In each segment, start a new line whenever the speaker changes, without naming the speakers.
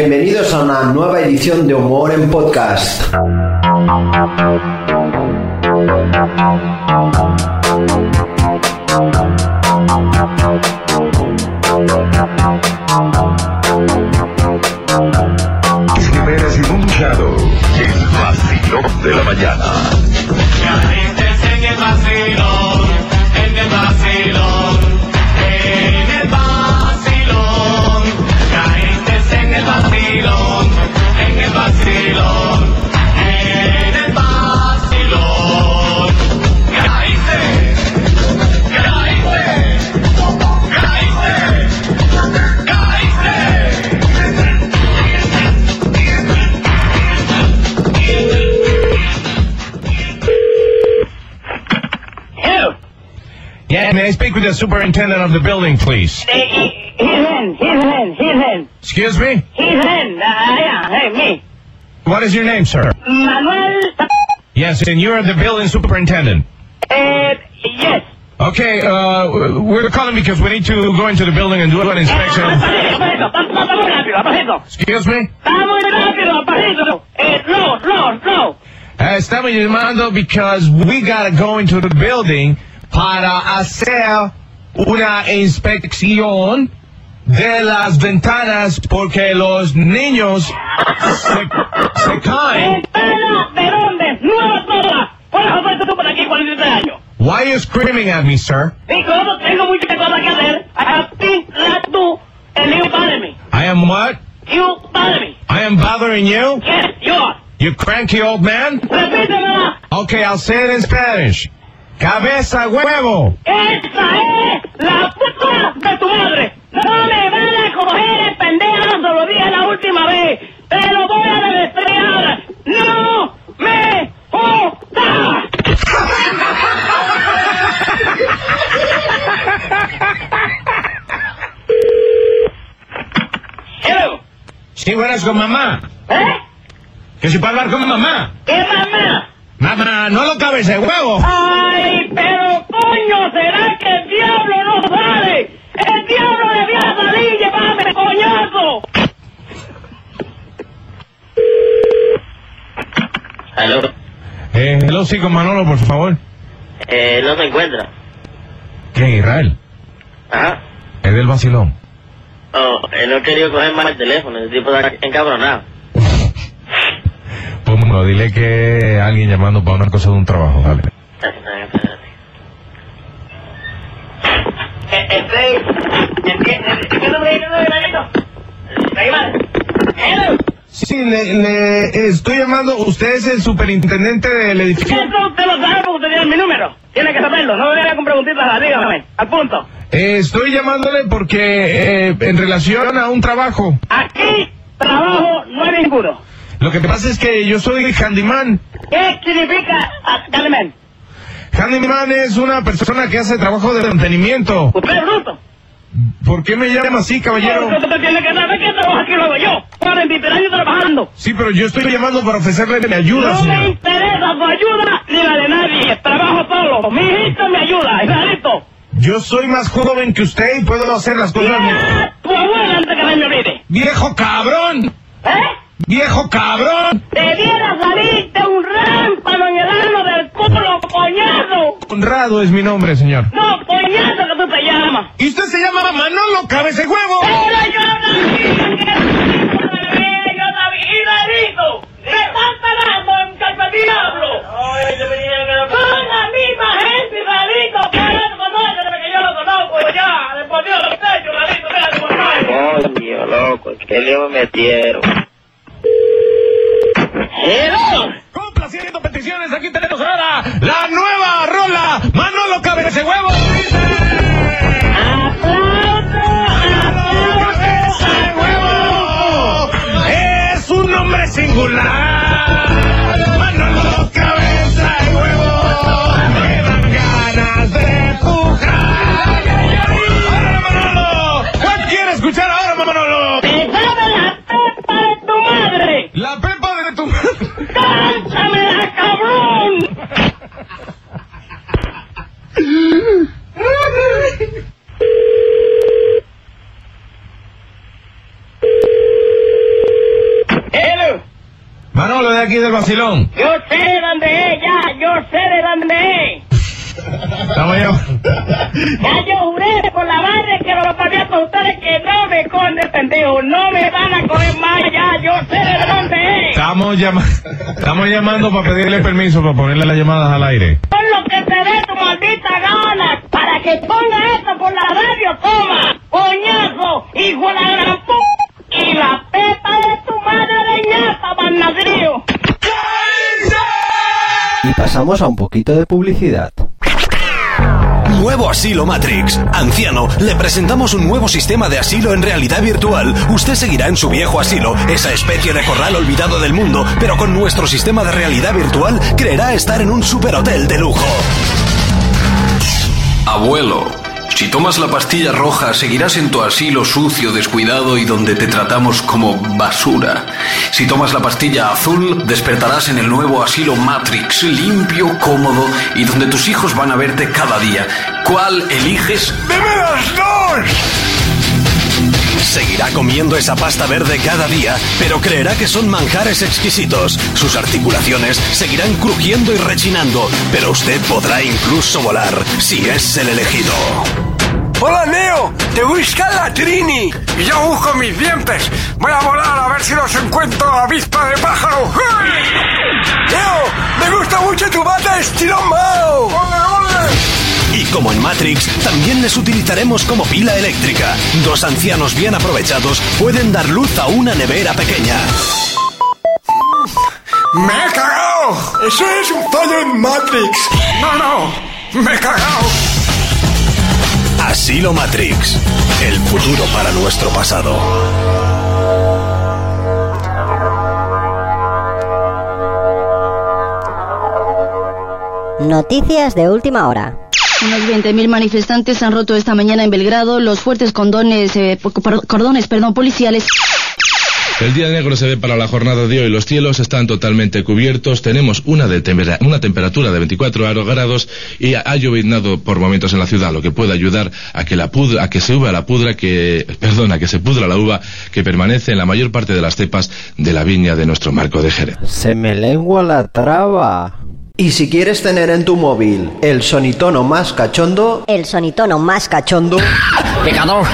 Bienvenidos a una nueva edición de Humor en Podcast.
Eres inundado. El vacilón de la mañana.
en el vacilón, en el vacilón, en el vacilón. Caíste en el vacilón, en el vacilón, en el vacilón. Caíste, caíste, caíste, caíste.
Who?
Yeah, may I speak with the superintendent of the building, please?
Hey, he- He's in, he's in, he's in,
Excuse me?
he's in. Uh, yeah, hey, me.
What is your name, sir?
Manuel,
Yes, and you're the building superintendent.
uh, yes.
Okay, uh, we're calling because we need to go into the building and do an
Eh, vamos
inspection.
rapidito, vamos rapidito, vamos- vamos rápido, vamos rápido.
Excuse me?
Vamos rápido, vamos rápido. Eh, no, no, no.
Uh, estamos llamando because we gotta go into the building para hacer una inspección de las ventanas porque los niños se, se caen.
Ventana, ¿de dónde? Nueva toda. ¿Cuál es la tú por aquí, 43 años?
Why are you screaming at me, sir?
Y como tengo muchas cosas que hacer, a ti, la tú, and you bother me.
I am what?
You bother me.
I am bothering you?
Yes, you are.
You cranky old man?
Repítemela.
Okay, I'll say it in Spanish. Cabeza huevo.
Esa es la puta de tu madre. No me van a coger pendeja, se lo dije la última vez. Te lo voy a demostrar ahora. No me jodas. Hello.
Sí, buenas con mamá.
¿Eh?
Que si puedo hablar con mamá.
¿Qué mamá?
Mamá, no lo cabeza huevo.
Ay, pero coño, ¿será que el diablo no sale? El diablo debía salir y llevarme coñazo.
Aló,
Eh, hello, sí, con Manolo, por favor.
eh, no me encuentro.
¿Qué, Israel?
Ajá.
Es del vacilón.
Oh, eh, no he querido coger más el teléfono, ese tipo está encabronado.
Pues bueno, dile que alguien llamando para una cosa de un trabajo, dale.
Este, ¿qué nombre es Hello.
Sí, le, le estoy llamando. Usted es el superintendente del edificio.
Eso usted lo sabe porque usted tiene mi número. Tiene que saberlo, no me venga con preguntitas, ah, dígame, al punto.
Eh, estoy llamándole porque eh, en relación a un trabajo.
Aquí trabajo Ah, no hay ninguno.
Lo que pasa es que yo soy handyman.
¿Qué significa ah, Carmen?
Handyman es una persona que hace trabajo de mantenimiento.
Usted es bruto.
¿Por qué me llama así, caballero?
Porque usted tiene que saber que trabajo aquí lo hago yo. 43 años trabajando.
Sí, pero yo estoy llamando para ofrecerle mi ayuda,
No me
señor.
interesa tu ayuda ni la de nadie. Trabajo solo. Mi hijito me ayuda. Israelito.
Yo soy más joven que usted y puedo hacer las cosas. bien.
¡Ah! Tu abuela antes que me olvide.
¡Viejo cabrón!
¿Eh?
¡Viejo cabrón!
Debiera salirte un rámpano en el ano del culo, coñazo.
Honrado es mi nombre, señor.
No, coñazo que tú te llamas.
¿Y usted se llama Manolo Cabeza de Huevo?
Pero yo también, que yo también, Israelito. Me están pegando en calma el diablo. Son la misma gente, Israelito. Que no conoce, desde que yo lo conozco ya. Le ponía los techos, Israelito, mira tu hermano.
Coño, loco, ¿qué lío me metieron?
¡Hello!
Complaciendo peticiones, aquí tenemos ahora la nueva rola Manolo Cabeza de Huevo. Es un nombre singular. Manolo cabeza y huevo. Me dan ganas de pujar. Ahora Manolo. ¿Cuál quiere escuchar ahora, Manolo?
¡Te sabe la pepa de tu madre!
La pepa de tu.
¡Cántamela, cabrón!
aquí del vacilón.
Yo sé de dónde es, ya, yo sé de dónde es.
Estamos ya.
Ya yo juré por la madre que lo pagué con ustedes que no me esconde, pendejo. No me van a coger más, ya, yo sé de dónde es.
Estamos, llama- Estamos llamando para pedirle permiso para ponerle las llamadas al aire.
Pon lo que te dé tu maldita gana para que ponga esto por la radio, toma, coñazo, hijo de la gran p... Y la pepa de tu madre de ñapa, banadrío.
Y pasamos a un poquito de publicidad.
Nuevo asilo Matrix. Anciano, le presentamos un nuevo sistema de asilo en realidad virtual. Usted seguirá en su viejo asilo, esa especie de corral olvidado del mundo, pero con nuestro sistema de realidad virtual creerá estar en un superhotel de lujo.
Abuelo, si tomas la pastilla roja seguirás en tu asilo sucio, descuidado y donde te tratamos como basura. Si tomas la pastilla azul, despertarás en el nuevo asilo Matrix, limpio, cómodo y donde tus hijos van a verte cada día. ¿Cuál eliges?
Seguirá comiendo esa pasta verde cada día, pero creerá que son manjares exquisitos. Sus articulaciones seguirán crujiendo y rechinando, pero usted podrá incluso volar si es el elegido.
Hola Neo, te busca la Trini. Y yo busco mis dientes. Voy a volar a ver si los encuentro a avispa de pájaro. ¡Uy! Neo, me gusta mucho tu bata estilo Mao. ¡Ole, ole!
Y como en Matrix, también les utilizaremos como pila eléctrica. Dos ancianos bien aprovechados pueden dar luz a una nevera pequeña.
¡Me he cagado! ¡Eso es un fallo en Matrix! ¡No, no! ¡Me he cagado!
Asilo Matrix. El futuro para nuestro pasado.
Noticias de última hora.
Unos 20.000 manifestantes han roto esta mañana en Belgrado los fuertes condones, eh, po- por- cordones perdón, policiales.
El día negro se ve para la jornada de hoy. Los cielos están totalmente cubiertos. Tenemos una, de tempera- una temperatura de 24 aro- grados y ha lloviznado por momentos en la ciudad, lo que puede ayudar a que la pudra, a que se uva la pudra que, perdona, que se pudra la uva que permanece en la mayor parte de las cepas de la viña de nuestro marco de Jerez.
Se me lengua la traba. Y si quieres tener en tu móvil el sonitono más cachondo,
El sonitono más cachondo.
Pecador.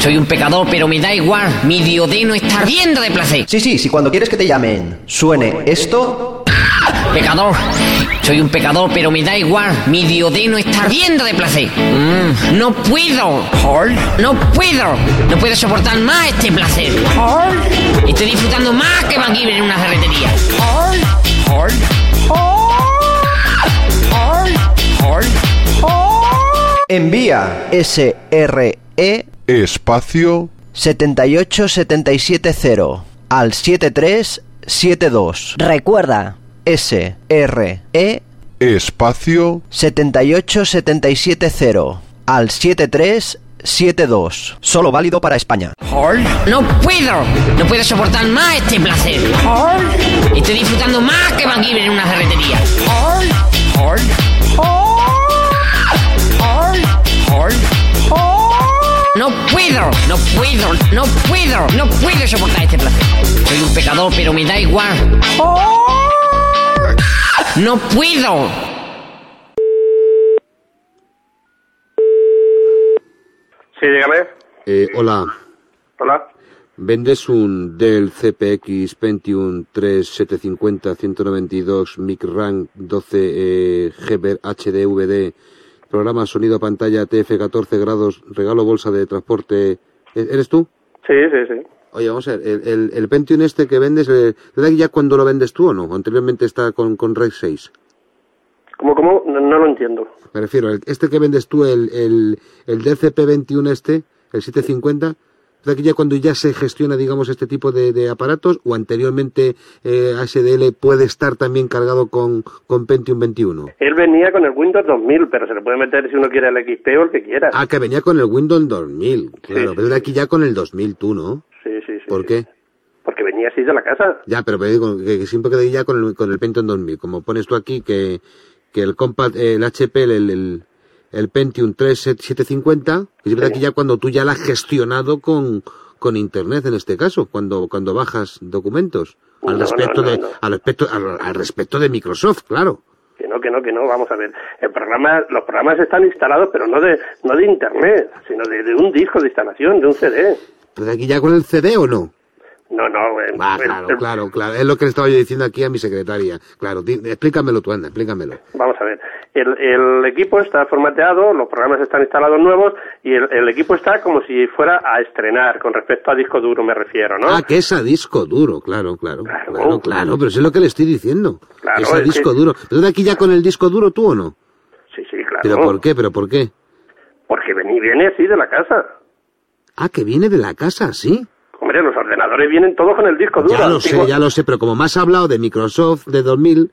Soy un pecador, pero me da igual. Mi diodeno está riendo de placer.
sí, sí, si cuando quieres que te llamen suene esto,
Pecador. Soy un pecador, pero me da igual. Mi diodeno está riendo de placer. Mm, no puedo. No puedo. No puedo soportar más este placer. Estoy disfrutando más que MacGyver en una ferretería.
envía E SRE
Espacio
78770 al 7372.
Recuerda.
SRE
Espacio
78770 al 7372. Solo válido para España.
No puedo. No puedo soportar más este placer. Estoy disfrutando más que MacGyver en una ferretería. No puedo, no puedo, no puedo, no puedo soportar este placer. Soy un pecador, pero me da igual. No puedo.
Sí, dígame.
Eh, hola,
Hola.
¿vendes un Dell CPX Pentium 3750 192 MicRAM 12 eh, GB HDVD, programa sonido pantalla TF 14 grados, regalo bolsa de transporte? ¿E- ¿Eres tú?
Sí, sí, sí.
Oye, vamos a ver, el, el, el Pentium este que vendes, eh, ¿le da ya cuando lo vendes tú o no? Anteriormente está con, con Red 6.
¿Cómo, cómo? No, no lo entiendo.
Me refiero, el- este que vendes tú, el, el, el DCP21 este, el 750, ¿es aquí ya cuando ya se gestiona, digamos, este tipo de, de aparatos? ¿O anteriormente eh, HDL puede estar también cargado con, con Pentium 21?
Él venía con el Windows 2000, pero se le puede meter si uno quiere el XP o el que quiera.
Ah, que venía con el Windows 2000, claro, pero era aquí ya con el 2000 tú, ¿no?
sí, sí, sí.
¿Por
sí.
qué?
Porque venía así de la casa.
Ya, pero me digo que, que siempre quedé ya con el, con el Pentium 2000. Como pones tú aquí que, que el Compact, eh, el HP, el, el, el Pentium 3750, que siempre aquí ya cuando tú ya la has gestionado con, con Internet en este caso, cuando, cuando bajas documentos.
No,
al respecto
no, no,
de
no.
al respecto al- al respecto de Microsoft, claro.
Que no, que no, que no, vamos a ver. El programa, los programas están instalados, pero no de, no de internet, sino de, de un disco de instalación, de un CD.
Pero aquí ya con el CD o no?
No, no, eh,
Ah,
el-
claro,
el-
claro, claro. Es lo que le estaba yo diciendo aquí a mi secretaria. Claro, di- explícamelo tú, anda, explícamelo.
Vamos a ver, el, el equipo está formateado, los programas están instalados nuevos y el, el equipo está como si fuera a estrenar, con respecto a disco duro me refiero, ¿no?
Ah, que es a disco duro, claro, claro. Claro, claro, pero eso es lo que le estoy diciendo.
Oh. Claro,
es a
es
disco
que-
duro. ¿Pero de aquí ya con el disco duro tú o no?
Sí, sí, claro.
¿Pero por qué? ¿Pero por qué?
Porque vení, viene así de la casa.
Ah, que viene de la casa, ¿sí?
Hombre, los ordenadores vienen todos con el disco duro.
Ya lo
antiguo.
sé, ya lo sé, pero como me has hablado de Microsoft de 2000...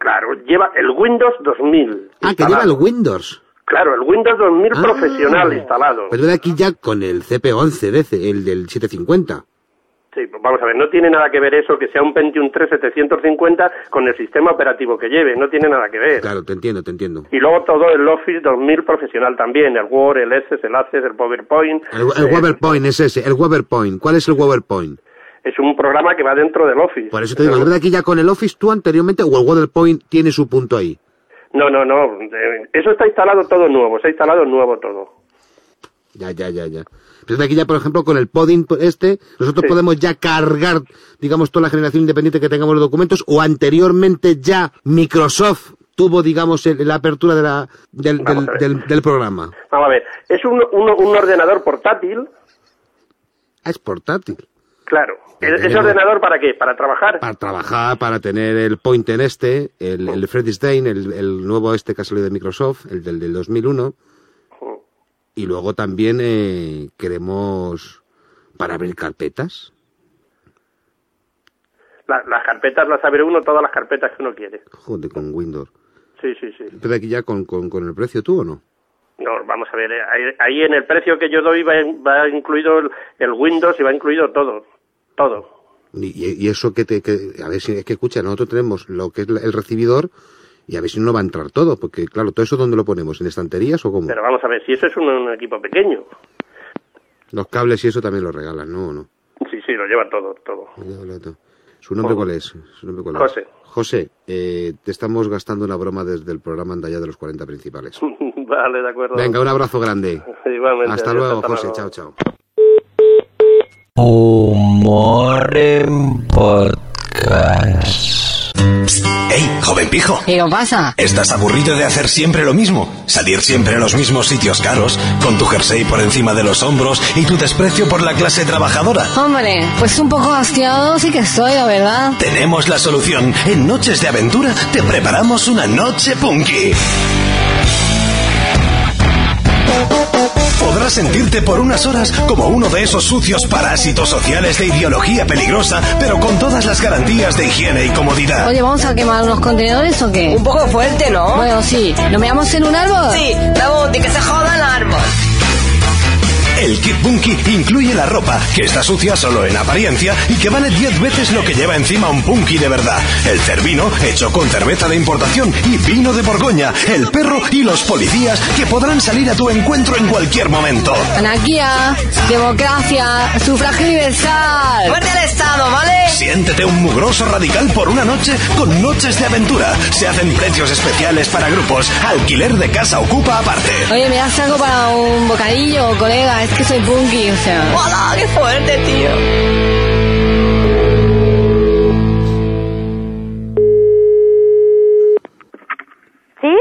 Claro, lleva el Windows 2000.
Ah, que lleva
instalado.
el Windows.
Claro, el Windows 2000
Ah.
profesional instalado.
Pues de aquí ya con el CP11, DC, el del 750.
Sí, pues vamos a ver, no tiene nada que ver eso que sea un Pentium 3750 con el sistema operativo que lleve, no tiene nada que ver.
Claro, te entiendo, te entiendo.
Y luego todo el Office 2000 profesional también, el Word, el Access, el Access, el PowerPoint.
El, el
Eh,
Weberpoint es ese, el Weberpoint. ¿Cuál es el Weberpoint?
es un programa que va dentro del Office.
Por eso te digo, ¿de aquí ya con el Office tú anteriormente o el Weberpoint tiene su punto ahí?
No, no, no. eh, Eso está instalado todo nuevo, se ha instalado nuevo todo.
Ya, ya, ya, ya. Pero de Pues aquí ya, por ejemplo, con el Podding este, nosotros
Sí.
podemos ya cargar, digamos, toda la generación independiente que tengamos los documentos o anteriormente ya Microsoft tuvo, digamos, el- la apertura de la, del, del, del- del programa.
Vamos a ver, es un, un- un ordenador portátil,
Ah, es portátil.
claro. ¿Es, es
Pero-
ordenador para qué? Para trabajar.
Para trabajar, para tener el Point en este, el, el Freddy Stein, el, el nuevo este que ha salido de Microsoft, el del, del 2001. Y luego también eh, queremos para abrir carpetas.
La- las carpetas las abre uno, todas las carpetas que uno quiere.
Joder, con Windows.
Sí, sí, sí.
Pero aquí ya con, con, con el precio tú o no?
No, vamos a ver, eh, ahí, ahí en el precio que yo doy va, in- va incluido el, el Windows y va incluido todo, todo.
Y, y- y eso que te... que- a ver si es que escucha, nosotros tenemos lo que es la- el recibidor y a ver si no va a entrar todo, porque claro, todo eso ¿dónde lo ponemos? ¿En estanterías o cómo?
Pero vamos a ver, si eso es un, un equipo pequeño,
Los cables y eso también lo regalan, ¿no? ¿O no?
sí, sí, lo lleva todo, todo.
¿Su nombre cuál es? ¿Su nombre cuál es?
José.
José, eh, te estamos gastando una broma desde el programa Andallá de los 40 principales.
vale, de acuerdo.
Venga, un abrazo grande.
Igualmente,
Hasta
adiós,
luego,
hasta
José.
luego.
Chao, chao.
Humor en podcast.
¡Ey, joven pijo!
¿Qué os pasa?
¿Estás aburrido de hacer siempre lo mismo? ¿Salir siempre a los mismos sitios caros? ¿Con tu jersey por encima de los hombros y tu desprecio por la clase trabajadora?
Hombre, pues un poco hastiado sí que soy, la verdad.
Tenemos la solución. En Noches de Aventura te preparamos una noche punky. Podrás sentirte por unas horas como uno de esos sucios parásitos sociales de ideología peligrosa, pero con todas las garantías de higiene y comodidad.
Oye, ¿vamos a quemar unos contenedores o qué? Un poco fuerte, ¿no? Bueno, sí. ¿Lo meamos en un árbol? Sí, vamos, de que se joda el árbol.
El kit punky incluye la ropa, que está sucia solo en apariencia y que vale 10 veces lo que lleva encima un punky de verdad. El cervino, hecho con cerveza de importación y vino de Borgoña. El perro y los policías, que podrán salir a tu encuentro en cualquier momento.
Anarquía, democracia, sufragio universal. ¡Fuerte el Estado, ¿vale?
Siéntete un mugroso radical por una noche con Noches de Aventura. Se hacen precios especiales para grupos. Alquiler de casa ocupa aparte.
Oye, ¿me das algo para un bocadillo, colega? Es que soy punky, o sea... ¡Hola, qué fuerte, tío!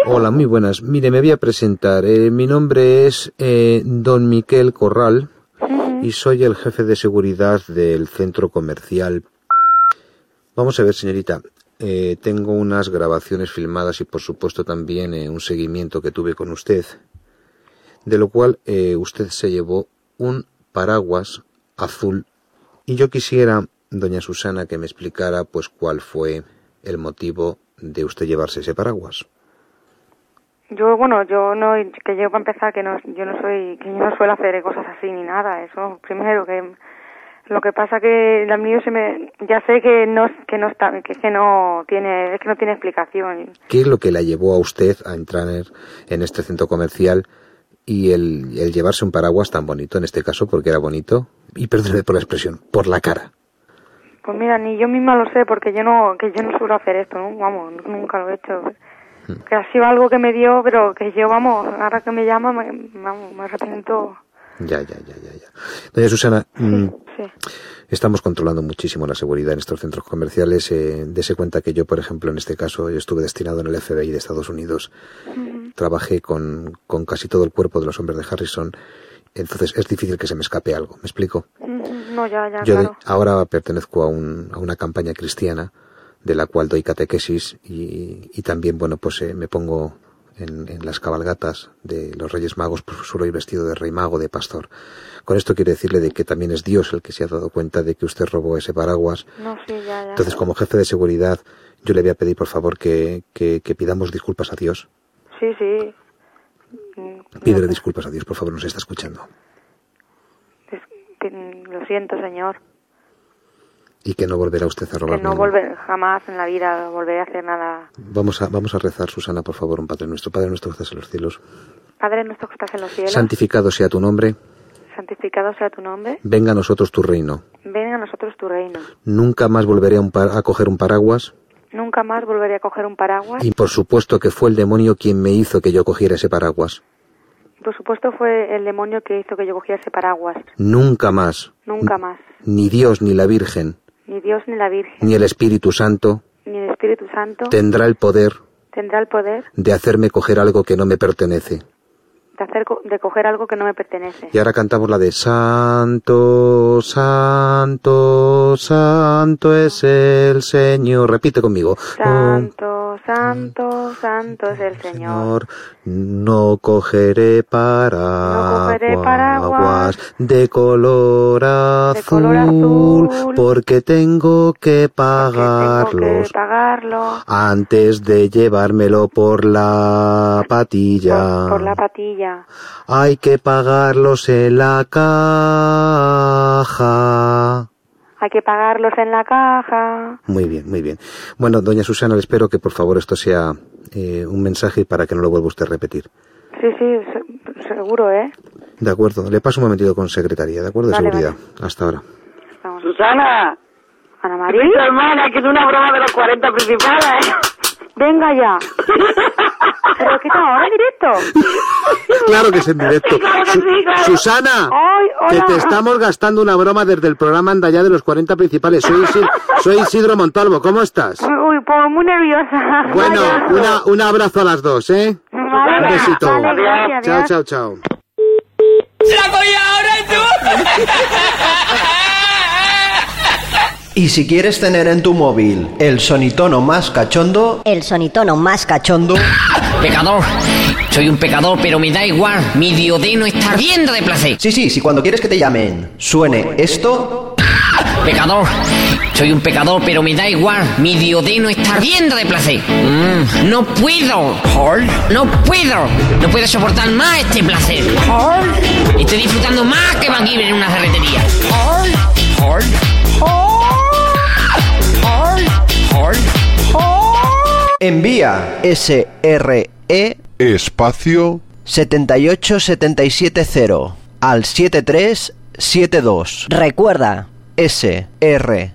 Hola, muy buenas. Mire, me voy a presentar. Eh, mi nombre es eh, Don Miquel Corral y soy el jefe de seguridad del centro comercial. Vamos a ver, señorita. eh, tengo unas grabaciones filmadas y, por supuesto, también eh, un seguimiento que tuve con usted, de lo cual eh, usted se llevó un paraguas azul. Y yo quisiera, doña Susana, que me explicara, pues, cuál fue el motivo de usted llevarse ese paraguas.
Yo, bueno, yo no, que yo para empezar, que no, yo no soy, que yo no suelo hacer cosas así ni nada, eso, primero que, lo que pasa que a mí yo se me, ya sé que no, que no está, que, es que no tiene, es que no tiene explicación.
¿Qué es lo que la llevó a usted a entrar en- en este centro comercial y el, el llevarse un paraguas tan bonito, en este caso porque era bonito? Y perdóneme por la expresión, por la cara.
Pues mira, ni yo misma lo sé porque yo no, que yo no suelo hacer esto, ¿no? Vamos, nunca lo he hecho.
Hmm.
Que ha sido algo que me dio, pero que yo, vamos, ahora que me llama, me, vamos, me arrepiento.
Ya, ya, ya, ya, ya. Doña Susana, mm,
sí.
estamos controlando muchísimo la seguridad en estos centros comerciales. Eh, dese cuenta que yo, por ejemplo, en este caso, yo estuve destinado en el FBI de Estados Unidos.
Ujú.
Trabajé con, con casi todo el cuerpo de los hombres de Harrison. Entonces es difícil que se me escape algo. ¿Me explico?
No, ya, ya,
Yo de-
Ah, claro.
ahora pertenezco a, un- a una campaña cristiana de la cual doy catequesis y, y también, bueno, pues eh, me pongo en, en las cabalgatas de los Reyes Magos, pues suelo ir vestido de rey mago, de pastor. Con esto quiero decirle de que también es Dios el que se ha dado cuenta de que usted robó ese paraguas.
No, sí, ya, ya.
Entonces, como jefe de seguridad, yo le voy a pedir, por favor, que, que- que pidamos disculpas a Dios.
Sí, sí.
Pídele disculpas a Dios, por favor, nos está escuchando.
Que, mm, Lo siento, señor.
Y que no volverá usted a robar.
Que no
ningún-
volver jamás en la vida volveré a hacer nada.
Vamos a, vamos a rezar, Susana, por favor, un Padre nuestro. Padre nuestro que estás en los cielos.
Padre nuestro que estás en los cielos,
Santificado sea tu nombre,
santificado sea tu nombre,
venga a nosotros tu reino.
venga a nosotros tu reino.
Nunca más volveré a, un par- a coger un paraguas
Nunca más volveré a coger un paraguas.
y por supuesto que fue el demonio quien me hizo que yo cogiera ese paraguas.
Por supuesto fue el demonio que hizo que yo cogiera ese paraguas.
Nunca más,
Nunca más.
ni Dios, ni la Virgen,
Ni Dios, ni la Virgen,
ni el Espíritu Santo
ni el Espíritu Santo
tendrá el poder
tendrá el poder
de hacerme coger algo que no me pertenece.
de, hacer co- de coger algo que no me pertenece.
Y ahora cantamos la de Santo, Santo, Santo es el Señor. Repite conmigo.
Santo, santo, santo es el Señor.
Señor, no cogeré paraguas,
cogeré paraguas
de, color azul, porque tengo que pagarlos
Pagarlo
antes de llevármelo por la patilla.
por la patilla.
Hay que pagarlos en la caja.
Hay que pagarlos en la caja.
Muy bien, muy bien. Bueno, doña Susana, le espero que por favor esto sea eh, un mensaje para que no lo vuelva usted a repetir.
Sí, sí, se- seguro, ¿eh?
De acuerdo, le paso un momentito con secretaría, ¿de acuerdo? De
Vale,
seguridad. Hasta ahora.
Susana.
Ana
María. hermana, que es una broma de los 40 principales, ¿eh?
Venga ya. ¿Pero qué tal ahora en directo?
Claro que es en directo.
Sí, claro que
Su-
sí, claro.
Susana,
Ay,
que
hola.
te estamos gastando una broma desde el programa Anda ya de los 40 principales. Soy, Isid- soy Isidro Montalvo, ¿cómo estás?
Uy, pues muy nerviosa.
Bueno,
Vaya.
una, un abrazo a las dos, ¿eh?
Vale.
Un besito.
Vale, gracias,
chao,
adiós.
chao, chao.
Y si quieres tener en tu móvil el sonitono más cachondo,
El sonitono más cachondo.
Pecador. Soy un pecador, pero me da igual. Mi diodeno está ardiendo de placer.
Sí, sí, si cuando quieres que te llamen suene esto,
Pecador. Soy un pecador, pero me da igual. Mi diodeno está ardiendo de placer. Mm, no puedo. No puedo. No puedo soportar más este placer. Estoy disfrutando más que Van Giver en una ferretería.
envía E SRE espacio 78770 al 7372.
Recuerda.
SRE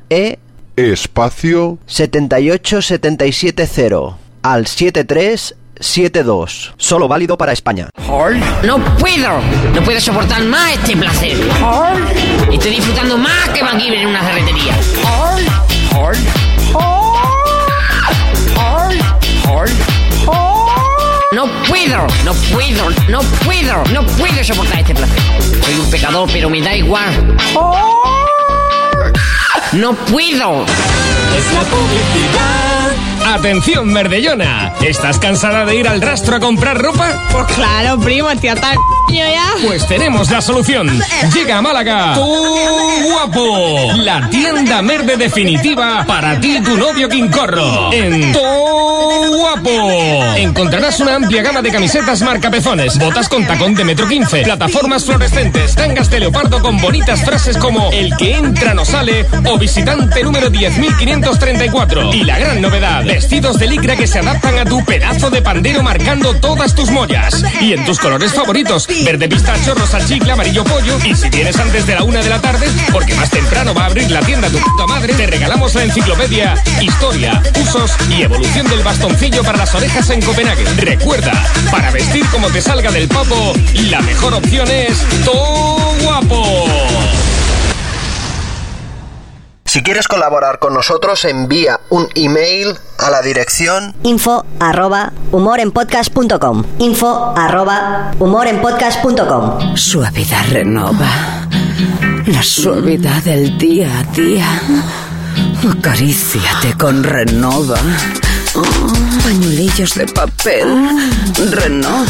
espacio 78770 al 7372. Solo válido para España.
No puedo. No puedo soportar más este placer. Estoy disfrutando más que Van Giver en una ferretería. No puedo, no puedo, no puedo, no puedo soportar este placer. Soy un pecador, pero me da igual. No puedo.
Es la publicidad.
Atención, Merdellona. ¿Estás cansada de ir al rastro a comprar ropa? Pues claro, primo, el tío está ya. Pues tenemos la solución. Llega a Málaga. ¡Tu guapo! La tienda merde definitiva para ti y tu novio Quincorro. En ¡Tu guapo! Encontrarás una amplia gama de camisetas marca pezones, botas con tacón de metro 15, plataformas fluorescentes, tangas de leopardo con bonitas frases como el que entra no sale o visitante número 10.534. Y la gran novedad, vestidos de licra que se adaptan a tu pedazo de pandero marcando todas tus mollas. Y en tus colores favoritos, verde pistacho, rosa chicle, amarillo pollo. Y si vienes antes de la una de la tarde, porque más temprano va a abrir la tienda tu puta madre, te regalamos la enciclopedia Historia, Usos y Evolución del Bastoncillo para las Orejas en Copenhague. Recuerda, para vestir como te salga del papo, la mejor opción es todo guapo.
Si quieres colaborar con nosotros, envía un email a la dirección
Info arroba humorenpodcast.com. Info arroba humorenpodcast.com.
Suavidad renova. La suavidad del día a día. Acaríciate con renova. Pañuelillos de papel. Renova.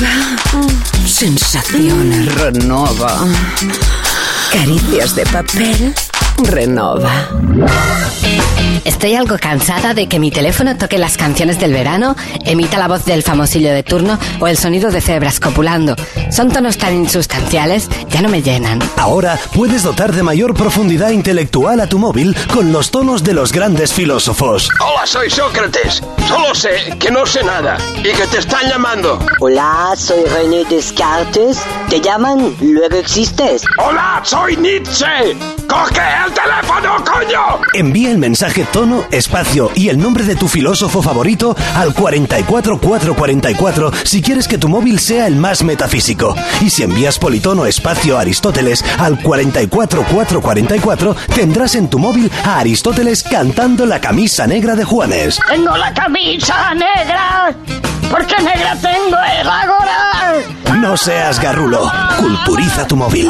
Sensaciones renova. Caricias de papel. Renova.
Estoy algo cansada de que mi teléfono toque las canciones del verano, emita la voz del famosillo de turno o el sonido de cebras copulando. Son tonos tan insustanciales, ya no me llenan.
Ahora puedes dotar de mayor profundidad intelectual a tu móvil con los tonos de los grandes filósofos.
Hola, soy Sócrates. Solo sé que no sé nada y que te están llamando.
Hola, soy René Descartes. Te llaman, luego existes.
Hola, soy Nietzsche. Coge el teléfono, coño.
Envía el mensaje tono, espacio y el nombre de tu filósofo favorito al 44444 si quieres que tu móvil sea el más metafísico. Y si envías politono, espacio, Aristóteles al 44444 tendrás en tu móvil a Aristóteles cantando la camisa negra de Juanes.
Tengo la camisa negra, porque negra tengo el agora.
No seas garrulo, culturiza tu móvil.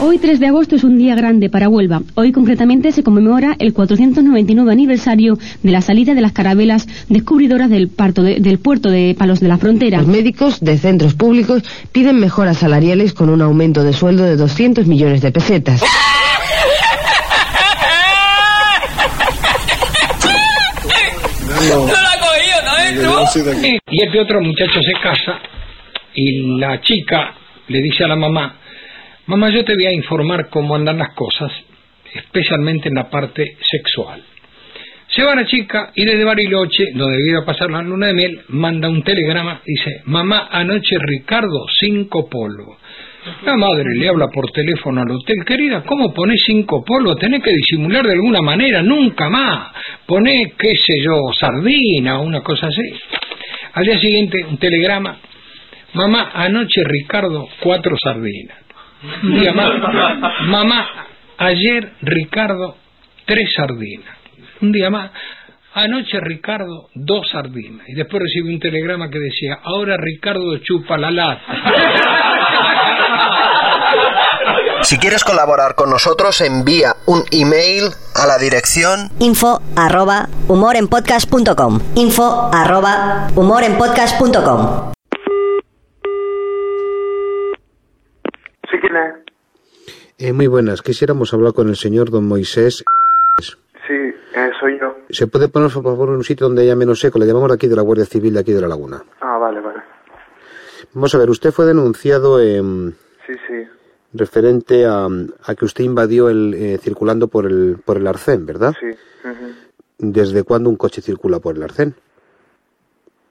Hoy 3 de agosto es un día grande para Huelva. Hoy concretamente se conmemora el 499 aniversario de la salida de las carabelas descubridoras del, parto de- del puerto de Palos de la Frontera.
Los médicos de centros públicos piden mejoras salariales con un aumento de sueldo de 200 millones de pesetas.
No la ha cogido, ¿no es? ¿No?
Y es que otro muchacho se casa y la chica le dice a la mamá, mamá yo te voy a informar cómo andan las cosas, especialmente en la parte sexual. Se va la chica y desde Bariloche, donde iba a pasar la luna de miel, manda un telegrama, dice, mamá, anoche Ricardo, cinco polos. La madre le habla por teléfono al hotel, querida, ¿cómo ponés cinco polos? Tenés que disimular de alguna manera, nunca más. Ponés, qué sé yo, sardina o una cosa así. Al día siguiente, un telegrama, mamá, anoche Ricardo, cuatro sardinas. Un día más, mamá, ayer Ricardo, tres sardinas. Un día más, anoche Ricardo, dos sardinas. Y después recibí un telegrama que decía, ahora Ricardo chupa la lata.
Si quieres colaborar con nosotros, envía un email a la dirección
Info arroba humorenpodcast.com. Info arroba humorenpodcast.com.
Sí, ¿quién es?
Eh, muy buenas, quisiéramos hablar con el señor don Moisés.
Sí, eh, soy yo.
¿Se puede poner por favor en un sitio donde haya menos eco? Le llamamos de aquí de la Guardia Civil de aquí de la Laguna.
Ah, vale, vale.
Vamos a ver, usted fue denunciado em,
Sí, sí.
referente a, a que usted invadió el eh, circulando por el por el arcén, ¿verdad?
Sí.
¿Desde cuándo un coche circula por el arcén?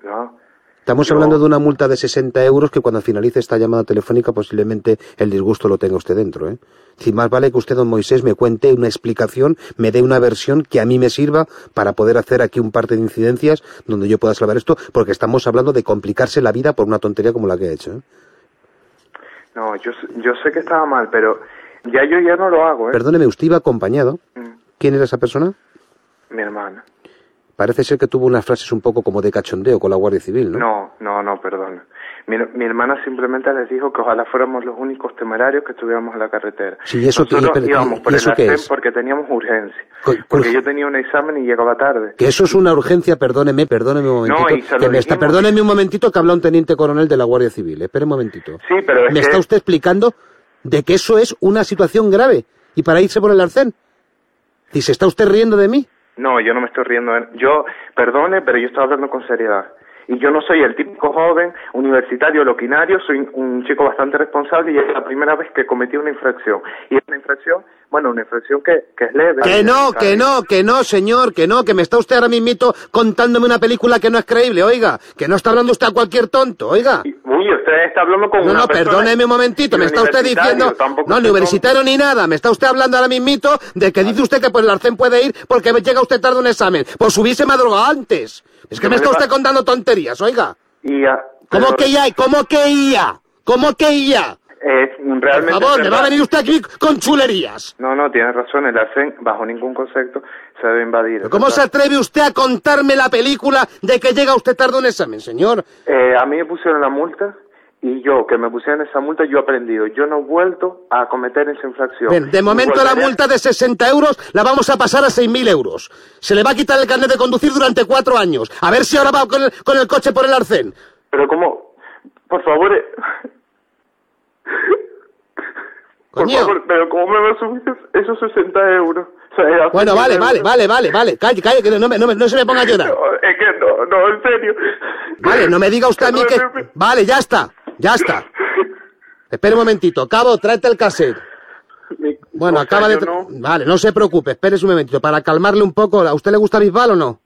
No.
Estamos
Yo-
hablando de una multa de 60 euros que cuando finalice esta llamada telefónica posiblemente el disgusto lo tenga usted dentro. ¿eh? Si más vale que usted, don Moisés, me cuente una explicación, me dé una versión que a mí me sirva para poder hacer aquí un parte de incidencias donde yo pueda salvar esto, porque estamos hablando de complicarse la vida por una tontería como la que he hecho. ¿eh?
No, yo, sé- yo sé que estaba mal, pero ya yo ya no lo hago, ¿eh?
Perdóneme, usted iba acompañado.
Mm.
¿Quién era esa persona?
Mi hermana.
Parece ser que tuvo unas frases un poco como de cachondeo con la Guardia Civil, ¿no?
No, no, no, perdona. Mi, mi hermana simplemente les dijo que ojalá fuéramos los únicos temerarios que estuviéramos en la carretera.
Sí, eso que-
Nosotros
pero-
íbamos
¿y
por
eso
el
qué
arcén
es?
porque teníamos urgencia.
Co-
Porque yo tenía un examen y llegaba tarde.
Que eso es una urgencia, perdóneme, perdóneme un momentito.
y se lo
que me está,
dijimos.
perdóneme un momentito que habla un teniente coronel de la Guardia Civil. ¿eh? Espere un momentito.
Sí, pero es
me
que-
está usted explicando de que eso es una situación grave y para irse por el arcén. Y se está usted riendo de mí.
No, yo no me estoy riendo. Yo, perdone, pero yo estoy hablando con seriedad. Y yo no soy el típico joven universitario loquinario, soy un chico bastante responsable y es la primera vez que cometí una infracción. Y es una infracción
bueno, una inflexión que, que es leve.
Que no, que no, que no, señor, que no, que me está usted ahora mismito contándome una película que no es creíble, oiga, que no está hablando usted a cualquier tonto, oiga.
Uy, usted está hablando con
No,
una
no,
persona-
perdóneme un momentito,
ni
me está usted
universitario,
diciendo...
tampoco
No, ni
usted
universitario ni nada, me está usted hablando ahora mismito de que dice usted que por el arcén puede ir porque llega usted tarde a un examen. Pues hubiese madrugado antes. Es que me está usted contando tonterías, oiga.
Y
ah,
ya.
¿Cómo
Pero
que ya? ¿Cómo que ya? ¿Cómo que ya?
Es
Por
realmente.
favor, me va a
verdad.
venir usted aquí con chulerías.
No, no, tiene razón. El arcén, bajo ningún concepto, se debe invadir. es
¿Cómo se
verdad.
atreve usted a contarme la película de que llega usted tarde a un examen, señor?
Eh, a mí me pusieron la multa y yo, que me pusieron esa multa, yo he aprendido. Yo no he vuelto a cometer esa infracción.
Bien, de
Y
momento la
volveré-
multa de 60 euros la vamos a pasar a 6.000 euros. Se le va a quitar el carnet de conducir durante cuatro años. A ver si ahora va con el, con el coche por el arcén.
Pero ¿cómo? Por favor. eh, Por favor, pero ¿cómo me va a subir esos 60 euros? O sea, hace
Bueno,
100
vale,
euros.
vale, vale, vale, vale. Calle, calle, que no, me- no me- no se me ponga a llorar.
No, es que no, no, en serio.
Vale, no me diga usted a mí que... Vale, ya está, ya está. Espera un momentito. Cabo, tráete el cassette. Bueno,
o sea,
acaba de...
yo
tra- Vale, no se preocupe, espérese un momentito. Para calmarle un poco, ¿a usted le gusta Bisbal o no?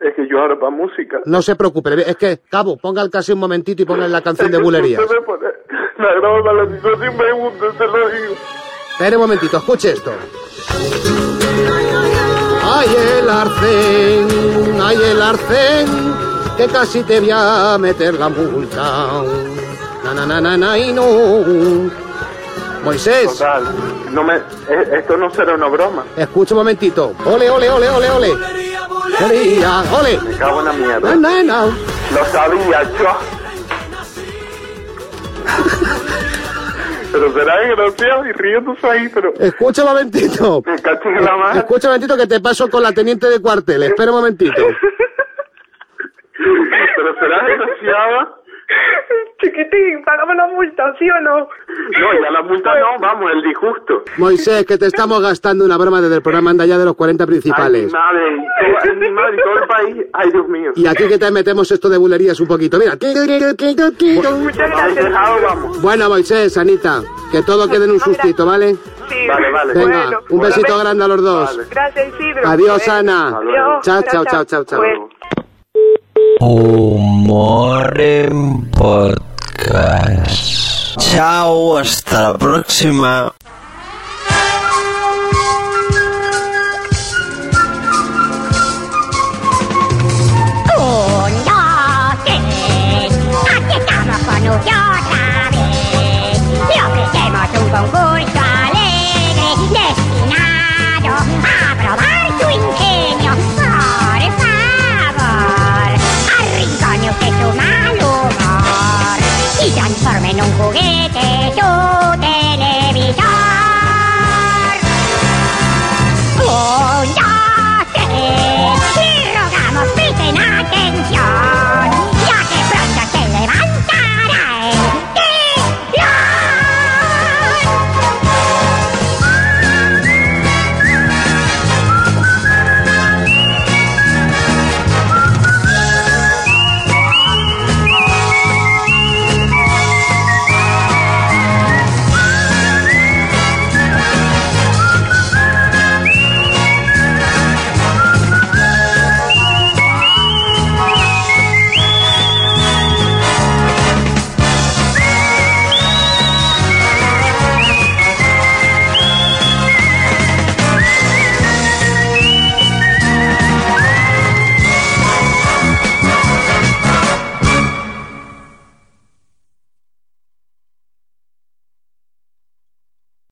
Es que yo ahora para música.
No se preocupe, es que, Cabo, ponga el cassette un momentito y ponga la canción de bulería.
Usted me pone- Me agrava la situación, me gusta, se lo digo.
Espere un momentito, escuche esto. Ay, el arcén, ay, el arcén, que casi te voy a meter la multa. Na, na, na, na, na, y no. Moisés.
Total, no me, eh, esto no será una broma.
Escucha un momentito. Ole, ole, ole, ole, ole. Bulería, ole.
Me cago en la
Na,
mierda.
na, na.
Lo sabía yo. pero será desgraciado y riéndose ahí, pero...
Escucha un momentito.
Me cacho en la madre.
Escucha un momentito que te paso con la teniente de cuartel. Espera un momentito.
Pero será desgraciada.
Chiquitín, págame la multa, ¿sí o no?
No, ya la multa no, vamos, el disgusto.
Moisés, que te estamos gastando una broma desde el programa Anda ya de los 40
Ay, mi
principales.
madre, y todo- mi madre, y todo el país. Ay, Dios mío.
Y aquí que te metemos esto de bulerías un poquito. Mira.
Muchas gracias. Ahora vamos.
Bueno, Moisés, Anita, que todo quede en un sustito, ¿vale?
Vale, vale.
Venga,
Bueno,
un
bueno.
besito grande a los dos.
Gracias, Isidro.
Adiós, Ana.
Hasta luego.
Chao, chao, chao, chao, chao.
Pues,
Humor en podcast. Chao, hasta la próxima.